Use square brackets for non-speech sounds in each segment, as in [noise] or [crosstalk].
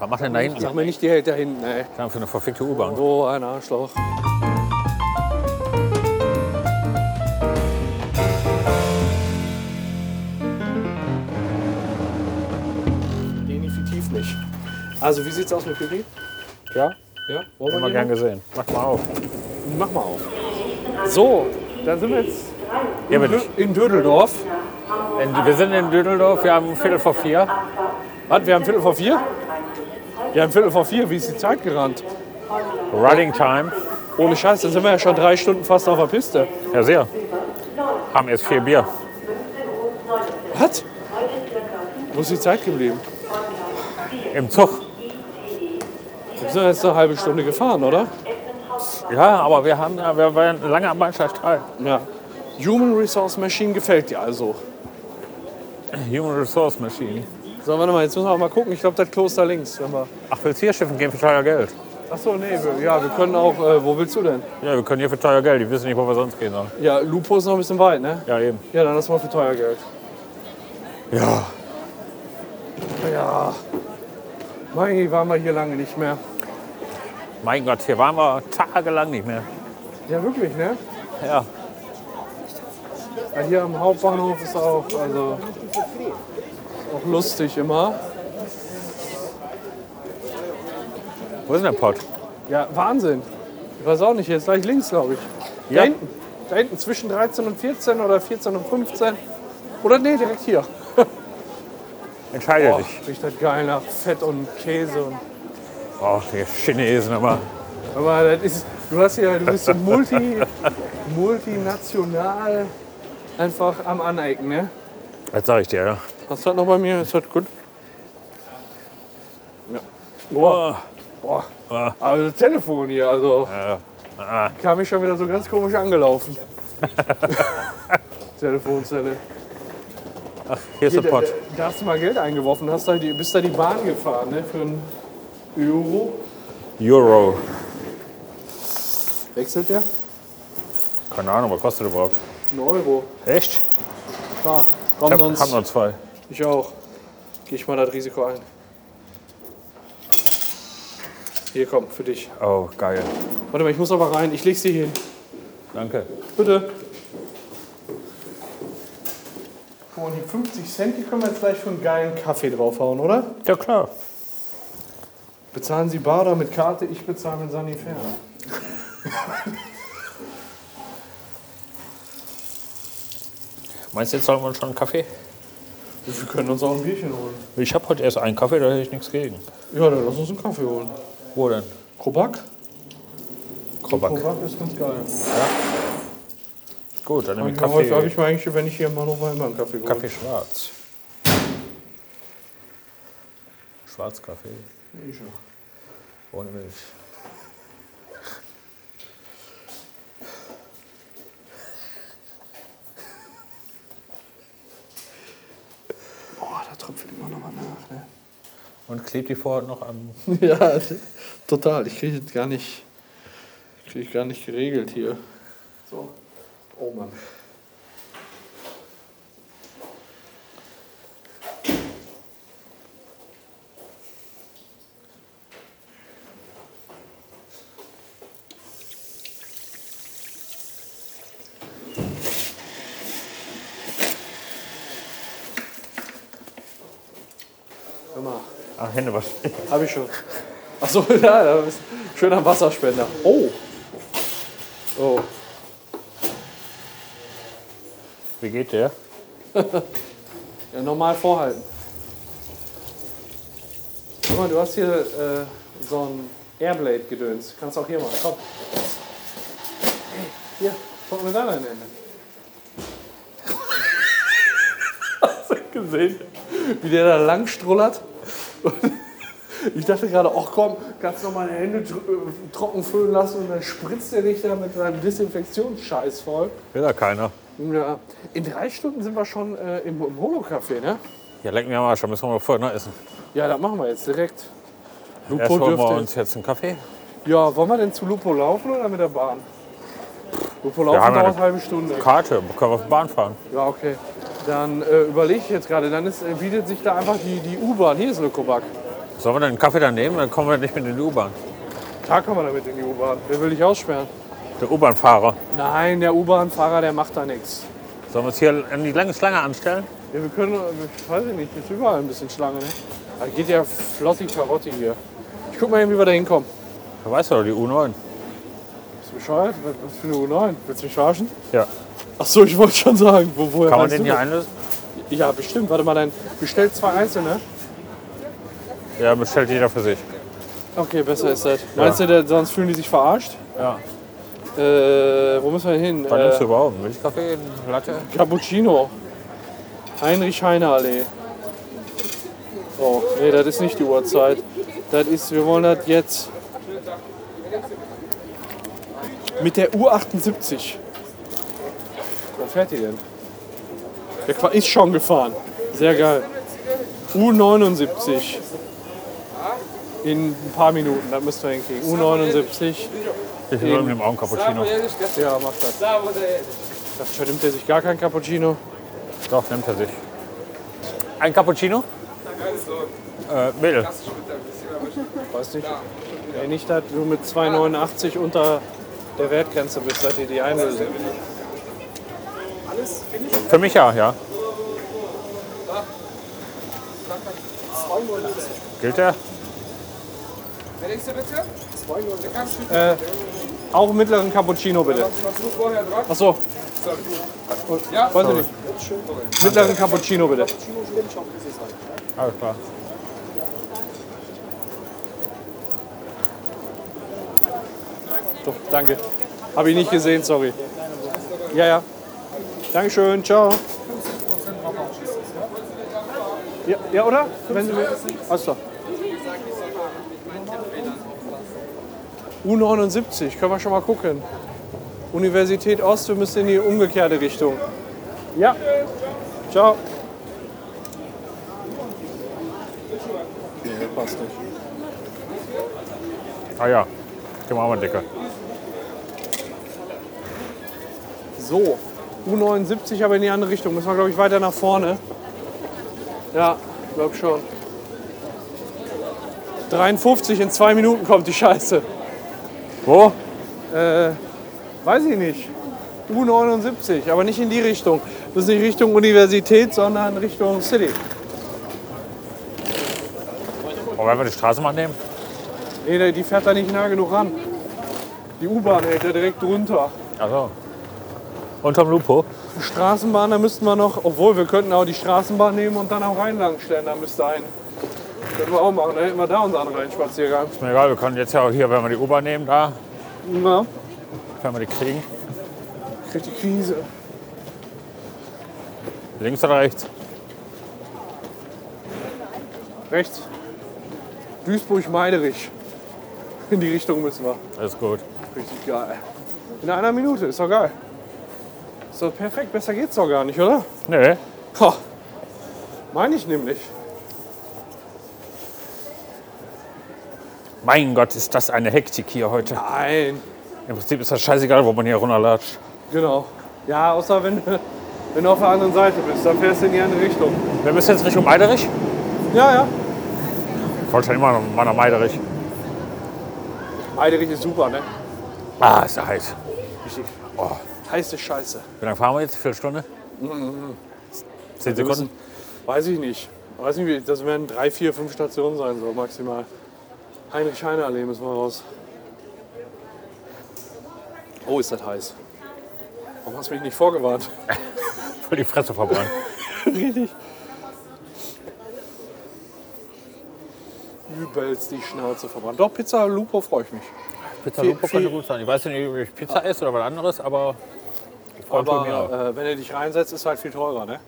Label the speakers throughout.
Speaker 1: Was macht denn da hinten?
Speaker 2: Sag mir nicht die Held da hinten, ey.
Speaker 1: Was ist denn für eine verfickte U-Bahn?
Speaker 2: So ein Arschloch. Definitiv nicht. Also, wie sieht's aus mit Pippi?
Speaker 1: Ja,
Speaker 2: Ja? Wollen
Speaker 1: immer
Speaker 2: wir
Speaker 1: gern
Speaker 2: jemanden?
Speaker 1: gesehen. Mach mal auf.
Speaker 2: Mach mal auf. So, dann sind wir jetzt
Speaker 1: Hier bin ich.
Speaker 2: in- in Dödeldorf.
Speaker 1: In, wir sind in Düsseldorf, wir haben um Viertel vor vier.
Speaker 2: Was, wir haben Viertel vor vier? Wir haben Viertel vor vier, wie ist die Zeit gerannt?
Speaker 1: Running Time.
Speaker 2: Ohne Scheiß, dann sind wir ja schon drei Stunden fast auf der Piste.
Speaker 1: Ja, sehr. Haben erst vier Bier.
Speaker 2: Was? Wo ist die Zeit geblieben?
Speaker 1: Im Zug.
Speaker 2: Wir sind jetzt eine halbe Stunde gefahren, oder?
Speaker 1: Ja, aber wir, haben, ja- wir waren lange am Bahnsteig teil.
Speaker 2: Ja. Human Resource Machine gefällt dir also.
Speaker 1: Human Resource Machine.
Speaker 2: So, warte mal, jetzt müssen wir auch mal gucken. Ich glaube, das Klo ist da links. Wenn wir
Speaker 1: Ach, willst du hier schiffen gehen für teuer Geld?
Speaker 2: Achso, nee, wir, ja, wir können auch. Äh, wo willst du denn?
Speaker 1: Ja, wir können hier für teuer Geld. Die wissen nicht, wo wir sonst gehen sollen.
Speaker 2: Ja, Lupo ist noch ein bisschen weit, ne?
Speaker 1: Ja, eben.
Speaker 2: Ja, dann lass mal für teuer Geld.
Speaker 1: Ja.
Speaker 2: Ja. Mein, waren wir hier lange nicht mehr.
Speaker 1: Mein Gott, hier waren wir tagelang nicht mehr.
Speaker 2: Ja, wirklich, ne?
Speaker 1: Ja.
Speaker 2: Ja, hier am Hauptbahnhof ist auch, also, auch lustig immer.
Speaker 1: Wo ist denn der Pott?
Speaker 2: Ja, Wahnsinn. Ich weiß auch nicht, jetzt gleich links, glaube ich. Da
Speaker 1: Ja.
Speaker 2: hinten. Da hinten zwischen 13 und 14 oder 14 und 15. Oder nee, direkt hier.
Speaker 1: Entscheide
Speaker 2: Boah,
Speaker 1: dich.
Speaker 2: riecht das geil nach Fett und Käse. Und,
Speaker 1: Oh, die Chinesen immer.
Speaker 2: aber das ist, du hast ja, du bist
Speaker 1: [laughs]
Speaker 2: so multi, multinational einfach am Anecken, ne?
Speaker 1: Das sag ich dir, ja.
Speaker 2: Hast du das noch bei mir? Ist das gut?
Speaker 1: Oh.
Speaker 2: Boah, also das Telefon hier, also.
Speaker 1: Ja. Ah.
Speaker 2: kam ich schon wieder so ganz
Speaker 1: [laughs]
Speaker 2: komisch angelaufen. Telefonzelle.
Speaker 1: Hier ist der
Speaker 2: Hier, da,
Speaker 1: Pott.
Speaker 2: da hast du mal Geld eingeworfen, hast da die, bist da die Bahn gefahren, ne? Für einen Euro.
Speaker 1: Euro.
Speaker 2: Wechselt der?
Speaker 1: Keine Ahnung, was kostet überhaupt?
Speaker 2: Ein Euro.
Speaker 1: Echt?
Speaker 2: Klar.
Speaker 1: Ich
Speaker 2: Komm
Speaker 1: hab, hab
Speaker 2: sonst.
Speaker 1: nur zwei.
Speaker 2: Ich auch. Geh ich mal das Risiko ein. Hier komm, für dich.
Speaker 1: Oh, geil.
Speaker 2: Warte mal, ich muss aber rein. Ich leg sie hin.
Speaker 1: Danke.
Speaker 2: Bitte. Guck mal, Oh, die 50 Cent, die können wir jetzt gleich für einen geilen Kaffee draufhauen, oder?
Speaker 1: Ja, klar.
Speaker 2: Bezahlen Sie bar oder mit Karte? Ich bezahle mit Sanifair.
Speaker 1: Meinst du, jetzt sollen wir uns schon einen Kaffee?
Speaker 2: Wir können uns auch ein Bierchen holen.
Speaker 1: Ich habe heute erst einen Kaffee, da hätte ich nichts gegen.
Speaker 2: Ja, dann lass uns einen Kaffee holen.
Speaker 1: Wo denn?
Speaker 2: Krobak?
Speaker 1: Kobak.
Speaker 2: Krobak ist ganz geil.
Speaker 1: Gut, dann nehme ich
Speaker 2: Ja, Heute habe
Speaker 1: Kaffee,
Speaker 2: ich mir eigentlich, wenn ich hier in Hannover immer einen Kaffee geholt.
Speaker 1: Kaffee schwarz. Schwarzkaffee. Ohne Milch.
Speaker 2: Boah, da tröpfelt immer noch mal nach. Ne?
Speaker 1: Und klebt die vorher noch am.
Speaker 2: [laughs] ja, total. Ich kriege jetzt gar nicht, krieg gar nicht geregelt hier. So. Oh Mann. Hör mal.
Speaker 1: Ach, Hände waschen.
Speaker 2: Hab ich schon. Achso, [laughs] ja, da bist schöner Wasserspender. Oh. Oh.
Speaker 1: [laughs] Wie geht der?
Speaker 2: Ja, normal vorhalten. Guck mal, du hast hier äh, so ein Airblade gedöns. Kannst auch hier mal. Komm. Hier, guck mal da dein Ende. [laughs] Hast du gesehen, wie der da lang strullert? Ich dachte gerade, ach komm, kannst du noch meine Hände tr- äh, trocken föhnen lassen und dann spritzt er dich da mit seinem Desinfektionsscheiß voll.
Speaker 1: Will da keiner.
Speaker 2: Ja. In drei Stunden sind wir schon äh, im, im Holo-Café, ne?
Speaker 1: Ja, leck mir am Arsch, da müssen wir mal vorher noch essen.
Speaker 2: Ja, das machen wir jetzt direkt.
Speaker 1: Erst
Speaker 2: Lupo
Speaker 1: holen wir
Speaker 2: dürfte.
Speaker 1: uns jetzt einen Kaffee.
Speaker 2: Ja, wollen wir denn zu Lupo laufen oder mit der Bahn? Lupo laufen
Speaker 1: haben ja
Speaker 2: dauert eine
Speaker 1: eine-
Speaker 2: halbe Stunde.
Speaker 1: Karte, können wir auf die Bahn fahren.
Speaker 2: Ja, okay. Dann äh, überlege ich jetzt gerade. Dann ist, äh, bietet sich da einfach die, die U-Bahn. Hier ist Lückobak.
Speaker 1: Sollen wir dann einen Kaffee dann nehmen? Dann kommen wir nicht mit in die U-Bahn.
Speaker 2: Klar kann man damit in die U-Bahn. Wer will dich aussperren?
Speaker 1: Der U-Bahn-Fahrer.
Speaker 2: Nein, der U-Bahn-Fahrer, der macht da nichts.
Speaker 1: Sollen wir uns hier an die lange Schlange anstellen?
Speaker 2: Ja, wir können, ich weiß nicht, ist überall ein bisschen Schlange, ne? Da geht ja flottig Karotti hier. Ich guck mal eben, wie wir da hinkommen.
Speaker 1: Da weißt du doch, die U9.
Speaker 2: Bist du bescheuert? Was- Was für eine U9? Willst du mich verarschen?
Speaker 1: Ja.
Speaker 2: Ach so, ich wollte schon sagen, wo, woher
Speaker 1: Kann man
Speaker 2: weißt
Speaker 1: den
Speaker 2: du
Speaker 1: hier
Speaker 2: das?
Speaker 1: einlösen?
Speaker 2: Ja, bestimmt. Warte mal, dann bestell zwei einzelne.
Speaker 1: Ja, bestellt jeder für sich.
Speaker 2: Okay, besser ist das. Meinst du, der, sonst fühlen die sich verarscht?
Speaker 1: Ja.
Speaker 2: Äh, wo müssen wir hin?
Speaker 1: Was nimmst du
Speaker 2: Äh,
Speaker 1: überhaupt? Milchkaffee, Latte?
Speaker 2: Cappuccino. Heinrich-Heine-Allee. Oh, nee, das ist nicht die Uhrzeit. Das ist, wir wollen das jetzt. Mit der Uhr 78. Wann fährt die denn? Der Qua ist schon gefahren. Sehr geil. U79. In ein paar Minuten, das müsst ihr hinkriegen. U79.
Speaker 1: Ich nehme mit dem Augen Cappuccino.
Speaker 2: Ja, macht das. Dachte schon, nimmt er sich gar kein Cappuccino?
Speaker 1: Doch, nimmt er sich. Ein Cappuccino? Äh, Mädel.
Speaker 2: Weiß nicht. Ey, nicht, dass du mit 2,89 unter der Wertgrenze bist, dass die die einlösen.
Speaker 1: Für mich ja, ja. Gilt der?
Speaker 3: Wer denkst du bitte? Der kannst du
Speaker 2: Äh, auch mittleren Cappuccino bitte.
Speaker 3: versuch vorher dran.
Speaker 2: Achso.
Speaker 3: Ja?
Speaker 2: Weiß ich nicht. Mittleren Cappuccino bitte.
Speaker 1: Alles klar.
Speaker 2: So, danke. Habe ich nicht gesehen, sorry. Ja, ja. Dankeschön, ciao. Ja, ja oder? Wenn Sie mir. Alles klar. U79, können wir schon mal gucken. Universität Ost, wir müssen in die umgekehrte Richtung. Ja. Ciao. Nee, das passt nicht.
Speaker 1: Ah ja. Gehen wir auch mal dicker.
Speaker 2: So, U79 aber in die andere Richtung. Müssen wir, glaube ich, weiter nach vorne. Ja, glaub schon. 53 in zwei Minuten kommt die Scheiße.
Speaker 1: Wo?
Speaker 2: Äh, weiß ich nicht. U79, aber nicht in die Richtung. Das ist nicht Richtung Universität, sondern Richtung City.
Speaker 1: Oh, Wollen wir einfach die Straßenbahn nehmen?
Speaker 2: Nee, die fährt da nicht nah genug ran. Die U-Bahn hält da direkt runter.
Speaker 1: Achso. Unterm Lupo?
Speaker 2: Straßenbahn, da müssten wir noch, obwohl wir könnten auch die Straßenbahn nehmen und dann am Rhein lang stellen, da müsste ein. Können wir auch machen, da hätten wir da unseren Rheinspaziergang.
Speaker 1: Ist mir egal, wir können jetzt ja auch hier, wenn wir die U-Bahn nehmen, da
Speaker 2: Na,
Speaker 1: können wir die kriegen.
Speaker 2: kriegt die Krise.
Speaker 1: Links oder rechts?
Speaker 2: Rechts. Duisburg-Meiderich. In die Richtung müssen wir.
Speaker 1: Alles gut.
Speaker 2: Richtig geil. In einer Minute, ist doch geil. Ist doch perfekt, besser geht's doch gar nicht, oder?
Speaker 1: Nee.
Speaker 2: Ha, meine ich nämlich.
Speaker 1: Mein Gott, ist das eine Hektik hier heute.
Speaker 2: Nein.
Speaker 1: Im Prinzip ist das scheißegal, wo man hier runterlatscht.
Speaker 2: Genau. Ja, außer wenn, wenn du auf der anderen Seite bist, dann fährst du in die andere Richtung.
Speaker 1: Wir müssen jetzt Richtung Meiderich.
Speaker 2: Ja, ja.
Speaker 1: Ich wollte schon immer noch mal nach Meiderich.
Speaker 2: Meiderich ist super, ne? Oh,
Speaker 1: Ah, ist ja heiß.
Speaker 2: Heiße Scheiße.
Speaker 1: Wie lange fahren wir jetzt? Viertelstunde? Zehn
Speaker 2: Wir
Speaker 1: Sekunden?
Speaker 2: müssen- Weiß ich nicht. Weiß nicht, wie- das werden drei, vier, fünf Stationen sein, so maximal. Heinrich-Heine-Allee müssen wir raus. Oh, ist das heiß. Warum hast du mich nicht vorgewarnt? [laughs]
Speaker 1: Voll die Fresse verbrannt.
Speaker 2: Richtig. Übelst die Schnauze verbrannt. Doch, Pizza Lupo freue ich mich.
Speaker 1: [laughs] Pizza
Speaker 2: Viel-
Speaker 1: Lupo
Speaker 2: viel-
Speaker 1: könnte gut sein. Ich weiß nicht, ob ich Pizza esse oder was anderes, aber ich freue mich mir auch.
Speaker 2: Aber äh, wenn du dich reinsetzt, ist halt viel teurer, ne?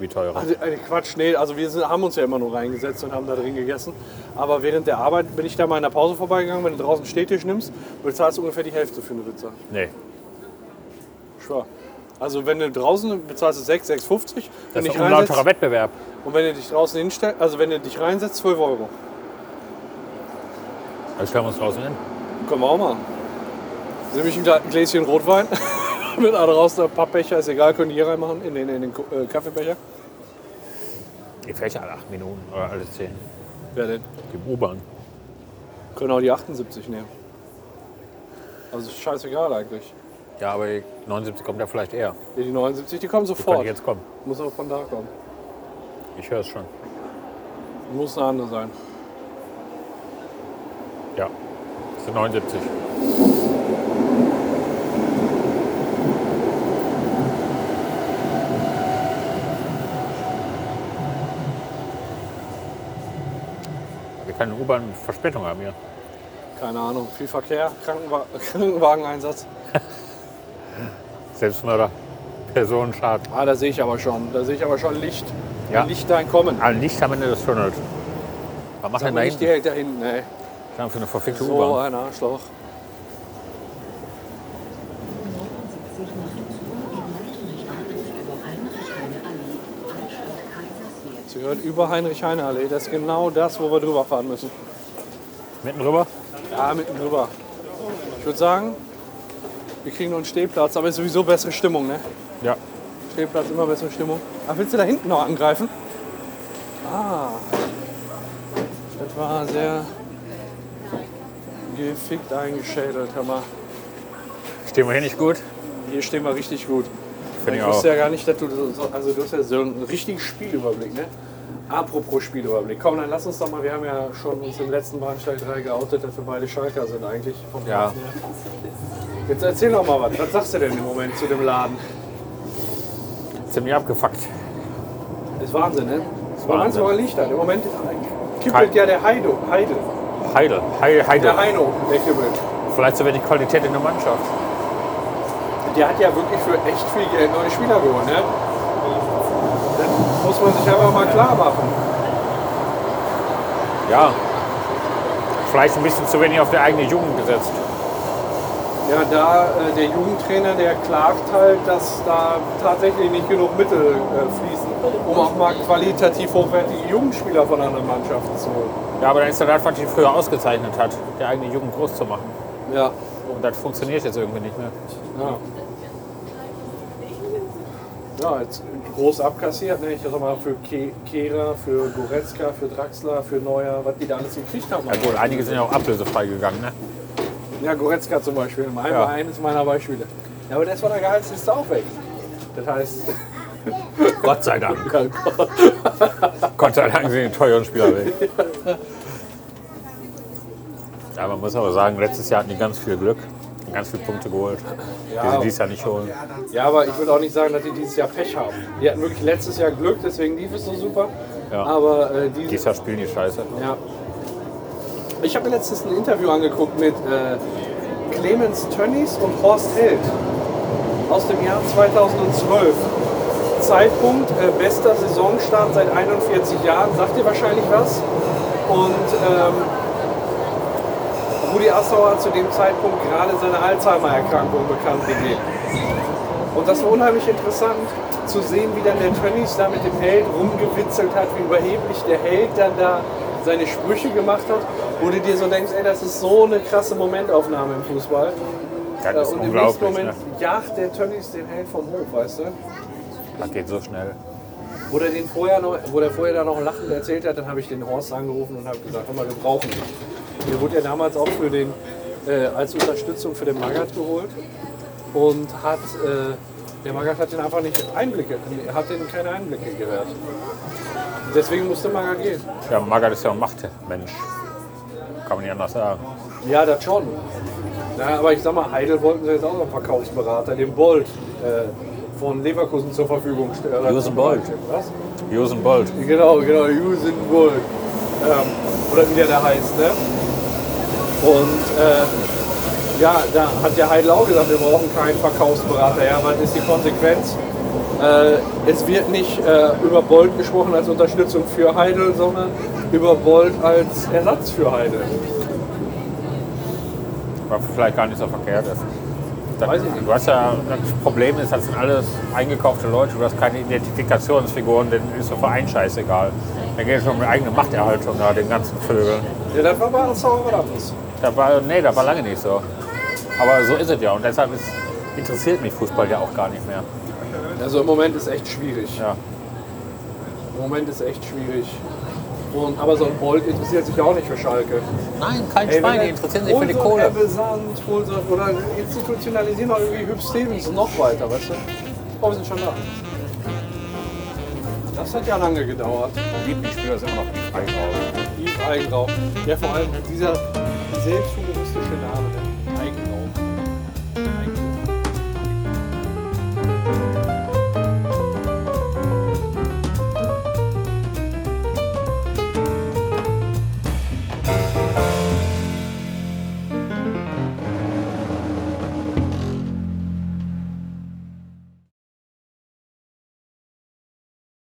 Speaker 1: Wie teurer.
Speaker 2: Also, äh, Quatsch, nee, also wir sind, haben uns ja immer nur reingesetzt und haben da drin gegessen. Aber während der Arbeit bin ich da mal in der Pause vorbeigegangen. Wenn du draußen Stehtisch nimmst, bezahlst du ungefähr die Hälfte für eine Pizza.
Speaker 1: Nee,
Speaker 2: Schwör. Also wenn du draußen bezahlst du 6, 6,50.
Speaker 1: das
Speaker 2: Wenn
Speaker 1: ist
Speaker 2: ich
Speaker 1: ein unlauterer
Speaker 2: reinsetzt,
Speaker 1: Wettbewerb.
Speaker 2: und wenn du dich draußen hinstellst, also wenn du dich reinsetzt, 12 Euro.
Speaker 1: Also stellen wir uns draußen hin.
Speaker 2: Können wir auch mal. Nimm ich ein Gla- Gläschen Rotwein [laughs] mit einer raus, der Pappbecher, ist egal, können die hier reinmachen, in den, in den Ko- äh, Kaffeebecher.
Speaker 1: Die fährt ja alle acht Minuten oder alle zehn.
Speaker 2: Wer denn?
Speaker 1: Dem U-Bahn.
Speaker 2: Können auch die 78 nehmen. Also ist scheißegal eigentlich.
Speaker 1: Ja, aber die 79 kommt ja vielleicht eher.
Speaker 2: Ja, die 79, die kommen
Speaker 1: Die könnte
Speaker 2: sofort.
Speaker 1: jetzt kommen.
Speaker 2: Muss aber von da kommen.
Speaker 1: Ich höre es schon.
Speaker 2: Muss eine andere sein.
Speaker 1: Ja. Das sind 79. Wir können U-Bahn mit Verspätung haben hier.
Speaker 2: Keine Ahnung. Viel Verkehr, Krankenwa [laughs] Krankenwageneinsatz.
Speaker 1: Selbstmörder. Personenschaden.
Speaker 2: Ah, da sehe ich aber schon. Da sehe ich aber schon Licht.
Speaker 1: Ja.
Speaker 2: Licht da kommen.
Speaker 1: Ah, Licht am Ende des Tunnels. Was macht denn da
Speaker 2: Nicht
Speaker 1: hinten?
Speaker 2: direkt da hinten, ey.
Speaker 1: Für eine verfickte
Speaker 2: So
Speaker 1: U-Bahn.
Speaker 2: ein Arschloch. Sie hört über Heinrich-Heine-Allee. Das ist genau das, wo wir drüber fahren müssen.
Speaker 1: Mitten rüber?
Speaker 2: Ja, mitten drüber. Ich würde sagen, wir kriegen noch einen Stehplatz, aber ist sowieso bessere Stimmung, ne?
Speaker 1: Ja.
Speaker 2: Stehplatz, immer bessere Stimmung. Ach, willst du da hinten noch angreifen? Ah. Das war sehr gefickt eingeschädelt, hör mal.
Speaker 1: Stehen wir hier nicht gut?
Speaker 2: Hier stehen wir richtig gut.
Speaker 1: Finde ich
Speaker 2: wusste
Speaker 1: auch.
Speaker 2: ja gar nicht, dass du so, also du hast ja so einen richtigen Spielüberblick, ne? Apropos Spielüberblick. Komm, dann lass uns doch mal, wir haben ja schon uns im letzten Bahnsteig 3 geoutet, dass wir beide Schalker sind eigentlich. vom
Speaker 1: Ja.
Speaker 2: Herzen her. Jetzt erzähl doch mal was. Was sagst du denn im Moment zu dem Laden?
Speaker 1: Ziemlich abgefuckt.
Speaker 2: Ist Wahnsinn, ne? Ist
Speaker 1: Wahnsinn.
Speaker 2: Woran liegt das? Im Moment
Speaker 1: Kein-
Speaker 2: kippelt ja der Heido, Heidel.
Speaker 1: Heidel. Heidel.
Speaker 2: Der
Speaker 1: Heidel.
Speaker 2: Heino, der kippelt.
Speaker 1: Vielleicht so wenig Qualität in der Mannschaft.
Speaker 2: Der hat ja wirklich für echt viel Geld neue Spieler geholt, ne? Das muss man sich einfach mal klar machen.
Speaker 1: Ja. Vielleicht ein bisschen zu wenig auf die eigene Jugend gesetzt.
Speaker 2: Ja, da äh, der Jugendtrainer, der klagt halt, dass da tatsächlich nicht genug Mittel äh, fließen, um auch mal qualitativ hochwertige Jugendspieler von anderen Mannschaften zu holen.
Speaker 1: Ja, aber dann ist ja das, was die früher ausgezeichnet hat, die eigene Jugend groß zu machen.
Speaker 2: Ja.
Speaker 1: Und das funktioniert jetzt irgendwie nicht mehr.
Speaker 2: Ja. Ja, jetzt groß abkassiert, ne? Ich sag mal, für Ke Kehrer, für Goretzka, für Draxler, für Neuer, was die da alles gekriegt haben.
Speaker 1: Ja gut, einige sind ja auch ablösefrei gegangen, ne?
Speaker 2: Ja, Goretzka zum Beispiel, mein
Speaker 1: Ja.
Speaker 2: eines meiner Beispiele. Ja, aber der ist von der Gehaltsliste auch weg. Das heißt, [laughs]
Speaker 1: Gott sei Dank. [laughs] Gott sei Dank sind die teuren Spieler weg. Ja, man muss aber sagen, letztes Jahr hatten die ganz viel Glück, ganz viele Punkte geholt, die sie dieses Jahr nicht holen.
Speaker 2: ja, aber ich würde auch nicht sagen, dass die dieses Jahr Pech haben. Die hatten wirklich letztes Jahr Glück, deswegen lief es so super.
Speaker 1: Ja.
Speaker 2: Aber äh, dieses,
Speaker 1: Dieses Jahr spielen die Scheiße.
Speaker 2: Ja. Ich habe mir letztens ein Interview angeguckt mit äh, Clemens Tönnies und Horst Held aus dem Jahr 2012. Zeitpunkt, äh, bester Saisonstart seit 41 Jahren, sagt ihr wahrscheinlich was. Und ähm, Rudi Assauer hat zu dem Zeitpunkt gerade seine Alzheimer-Erkrankung bekannt gegeben. Und das war unheimlich interessant zu sehen, wie dann der Tönnies da mit dem Held rumgewitzelt hat, wie überheblich der Held dann da seine Sprüche gemacht hat, wo du dir so denkst, ey, das ist so eine krasse Momentaufnahme im Fußball. Äh,
Speaker 1: Das ist
Speaker 2: Und im nächsten
Speaker 1: unglaublich,
Speaker 2: Moment
Speaker 1: ne?
Speaker 2: jagt der Tönnies den Held vom Hof, weißt du?
Speaker 1: Das geht so schnell.
Speaker 2: Wo der, den vorher noch, wo der vorher da noch lachend erzählt hat, dann habe ich den Horst angerufen und habe gesagt, hör mal, wir brauchen dich. Der wurde ja damals auch für den, äh, als Unterstützung für den Magath geholt und hat, äh, der Magath hat den einfach nicht Einblicke, hat den keine Einblicke gewährt. Deswegen musste Magath gehen.
Speaker 1: Ja, Magath ist ja ein Machtmensch. Kann man nicht anders sagen.
Speaker 2: Ja, das schon. Na, aber ich sag mal, Heidel wollten sie jetzt auch noch einen Verkaufsberater, den Bolt äh, von Leverkusen zur Verfügung stellen.
Speaker 1: Jürgen Bolt.
Speaker 2: Was?
Speaker 1: Usain Bolt.
Speaker 2: Genau, genau, Usain Bolt. Ähm, oder wie der da heißt, ne? Und äh, ja, da hat der Heidel auch gesagt, wir brauchen keinen Verkaufsberater. Ja, was ist die Konsequenz? Äh, es wird nicht äh, über Bolt gesprochen als Unterstützung für Heidel, sondern über Bolt als Ersatz für Heidel.
Speaker 1: Was vielleicht gar nicht so verkehrt ist. Das,
Speaker 2: Weiß ich nicht.
Speaker 1: Du hast ja, das Problem ist, das sind alles eingekaufte Leute, du hast keine Identifikationsfiguren, denen ist so Verein scheißegal. Da geht es um die eigene Machterhaltung da, den ganzen Vögeln.
Speaker 2: Ja, das war bei Assauer was anderes.
Speaker 1: Da war, nee, da war lange nicht so. Aber so ist es ja und deshalb ist, interessiert mich Fußball ja auch gar nicht mehr.
Speaker 2: Also im Moment ist echt schwierig.
Speaker 1: Ja.
Speaker 2: Im Moment ist echt schwierig. Und, aber so ein Bolt interessiert sich ja auch nicht für Schalke.
Speaker 1: Nein, kein
Speaker 2: Ey, wenn
Speaker 1: Schwein, die
Speaker 2: er-
Speaker 1: interessieren sich für
Speaker 2: hol
Speaker 1: die
Speaker 2: so
Speaker 1: Kohle.
Speaker 2: Ebbe Sand, hol so, oder institutionalisieren wir irgendwie Hübsch Stevens noch weiter, weißt du? Oh, wir sind schon da. Das hat ja lange gedauert.
Speaker 1: Lieblingsspieler ist immer noch die Freigabe.
Speaker 2: Yves Eigenrauch. Ja, vor allem dieser selbsthumoristische Name.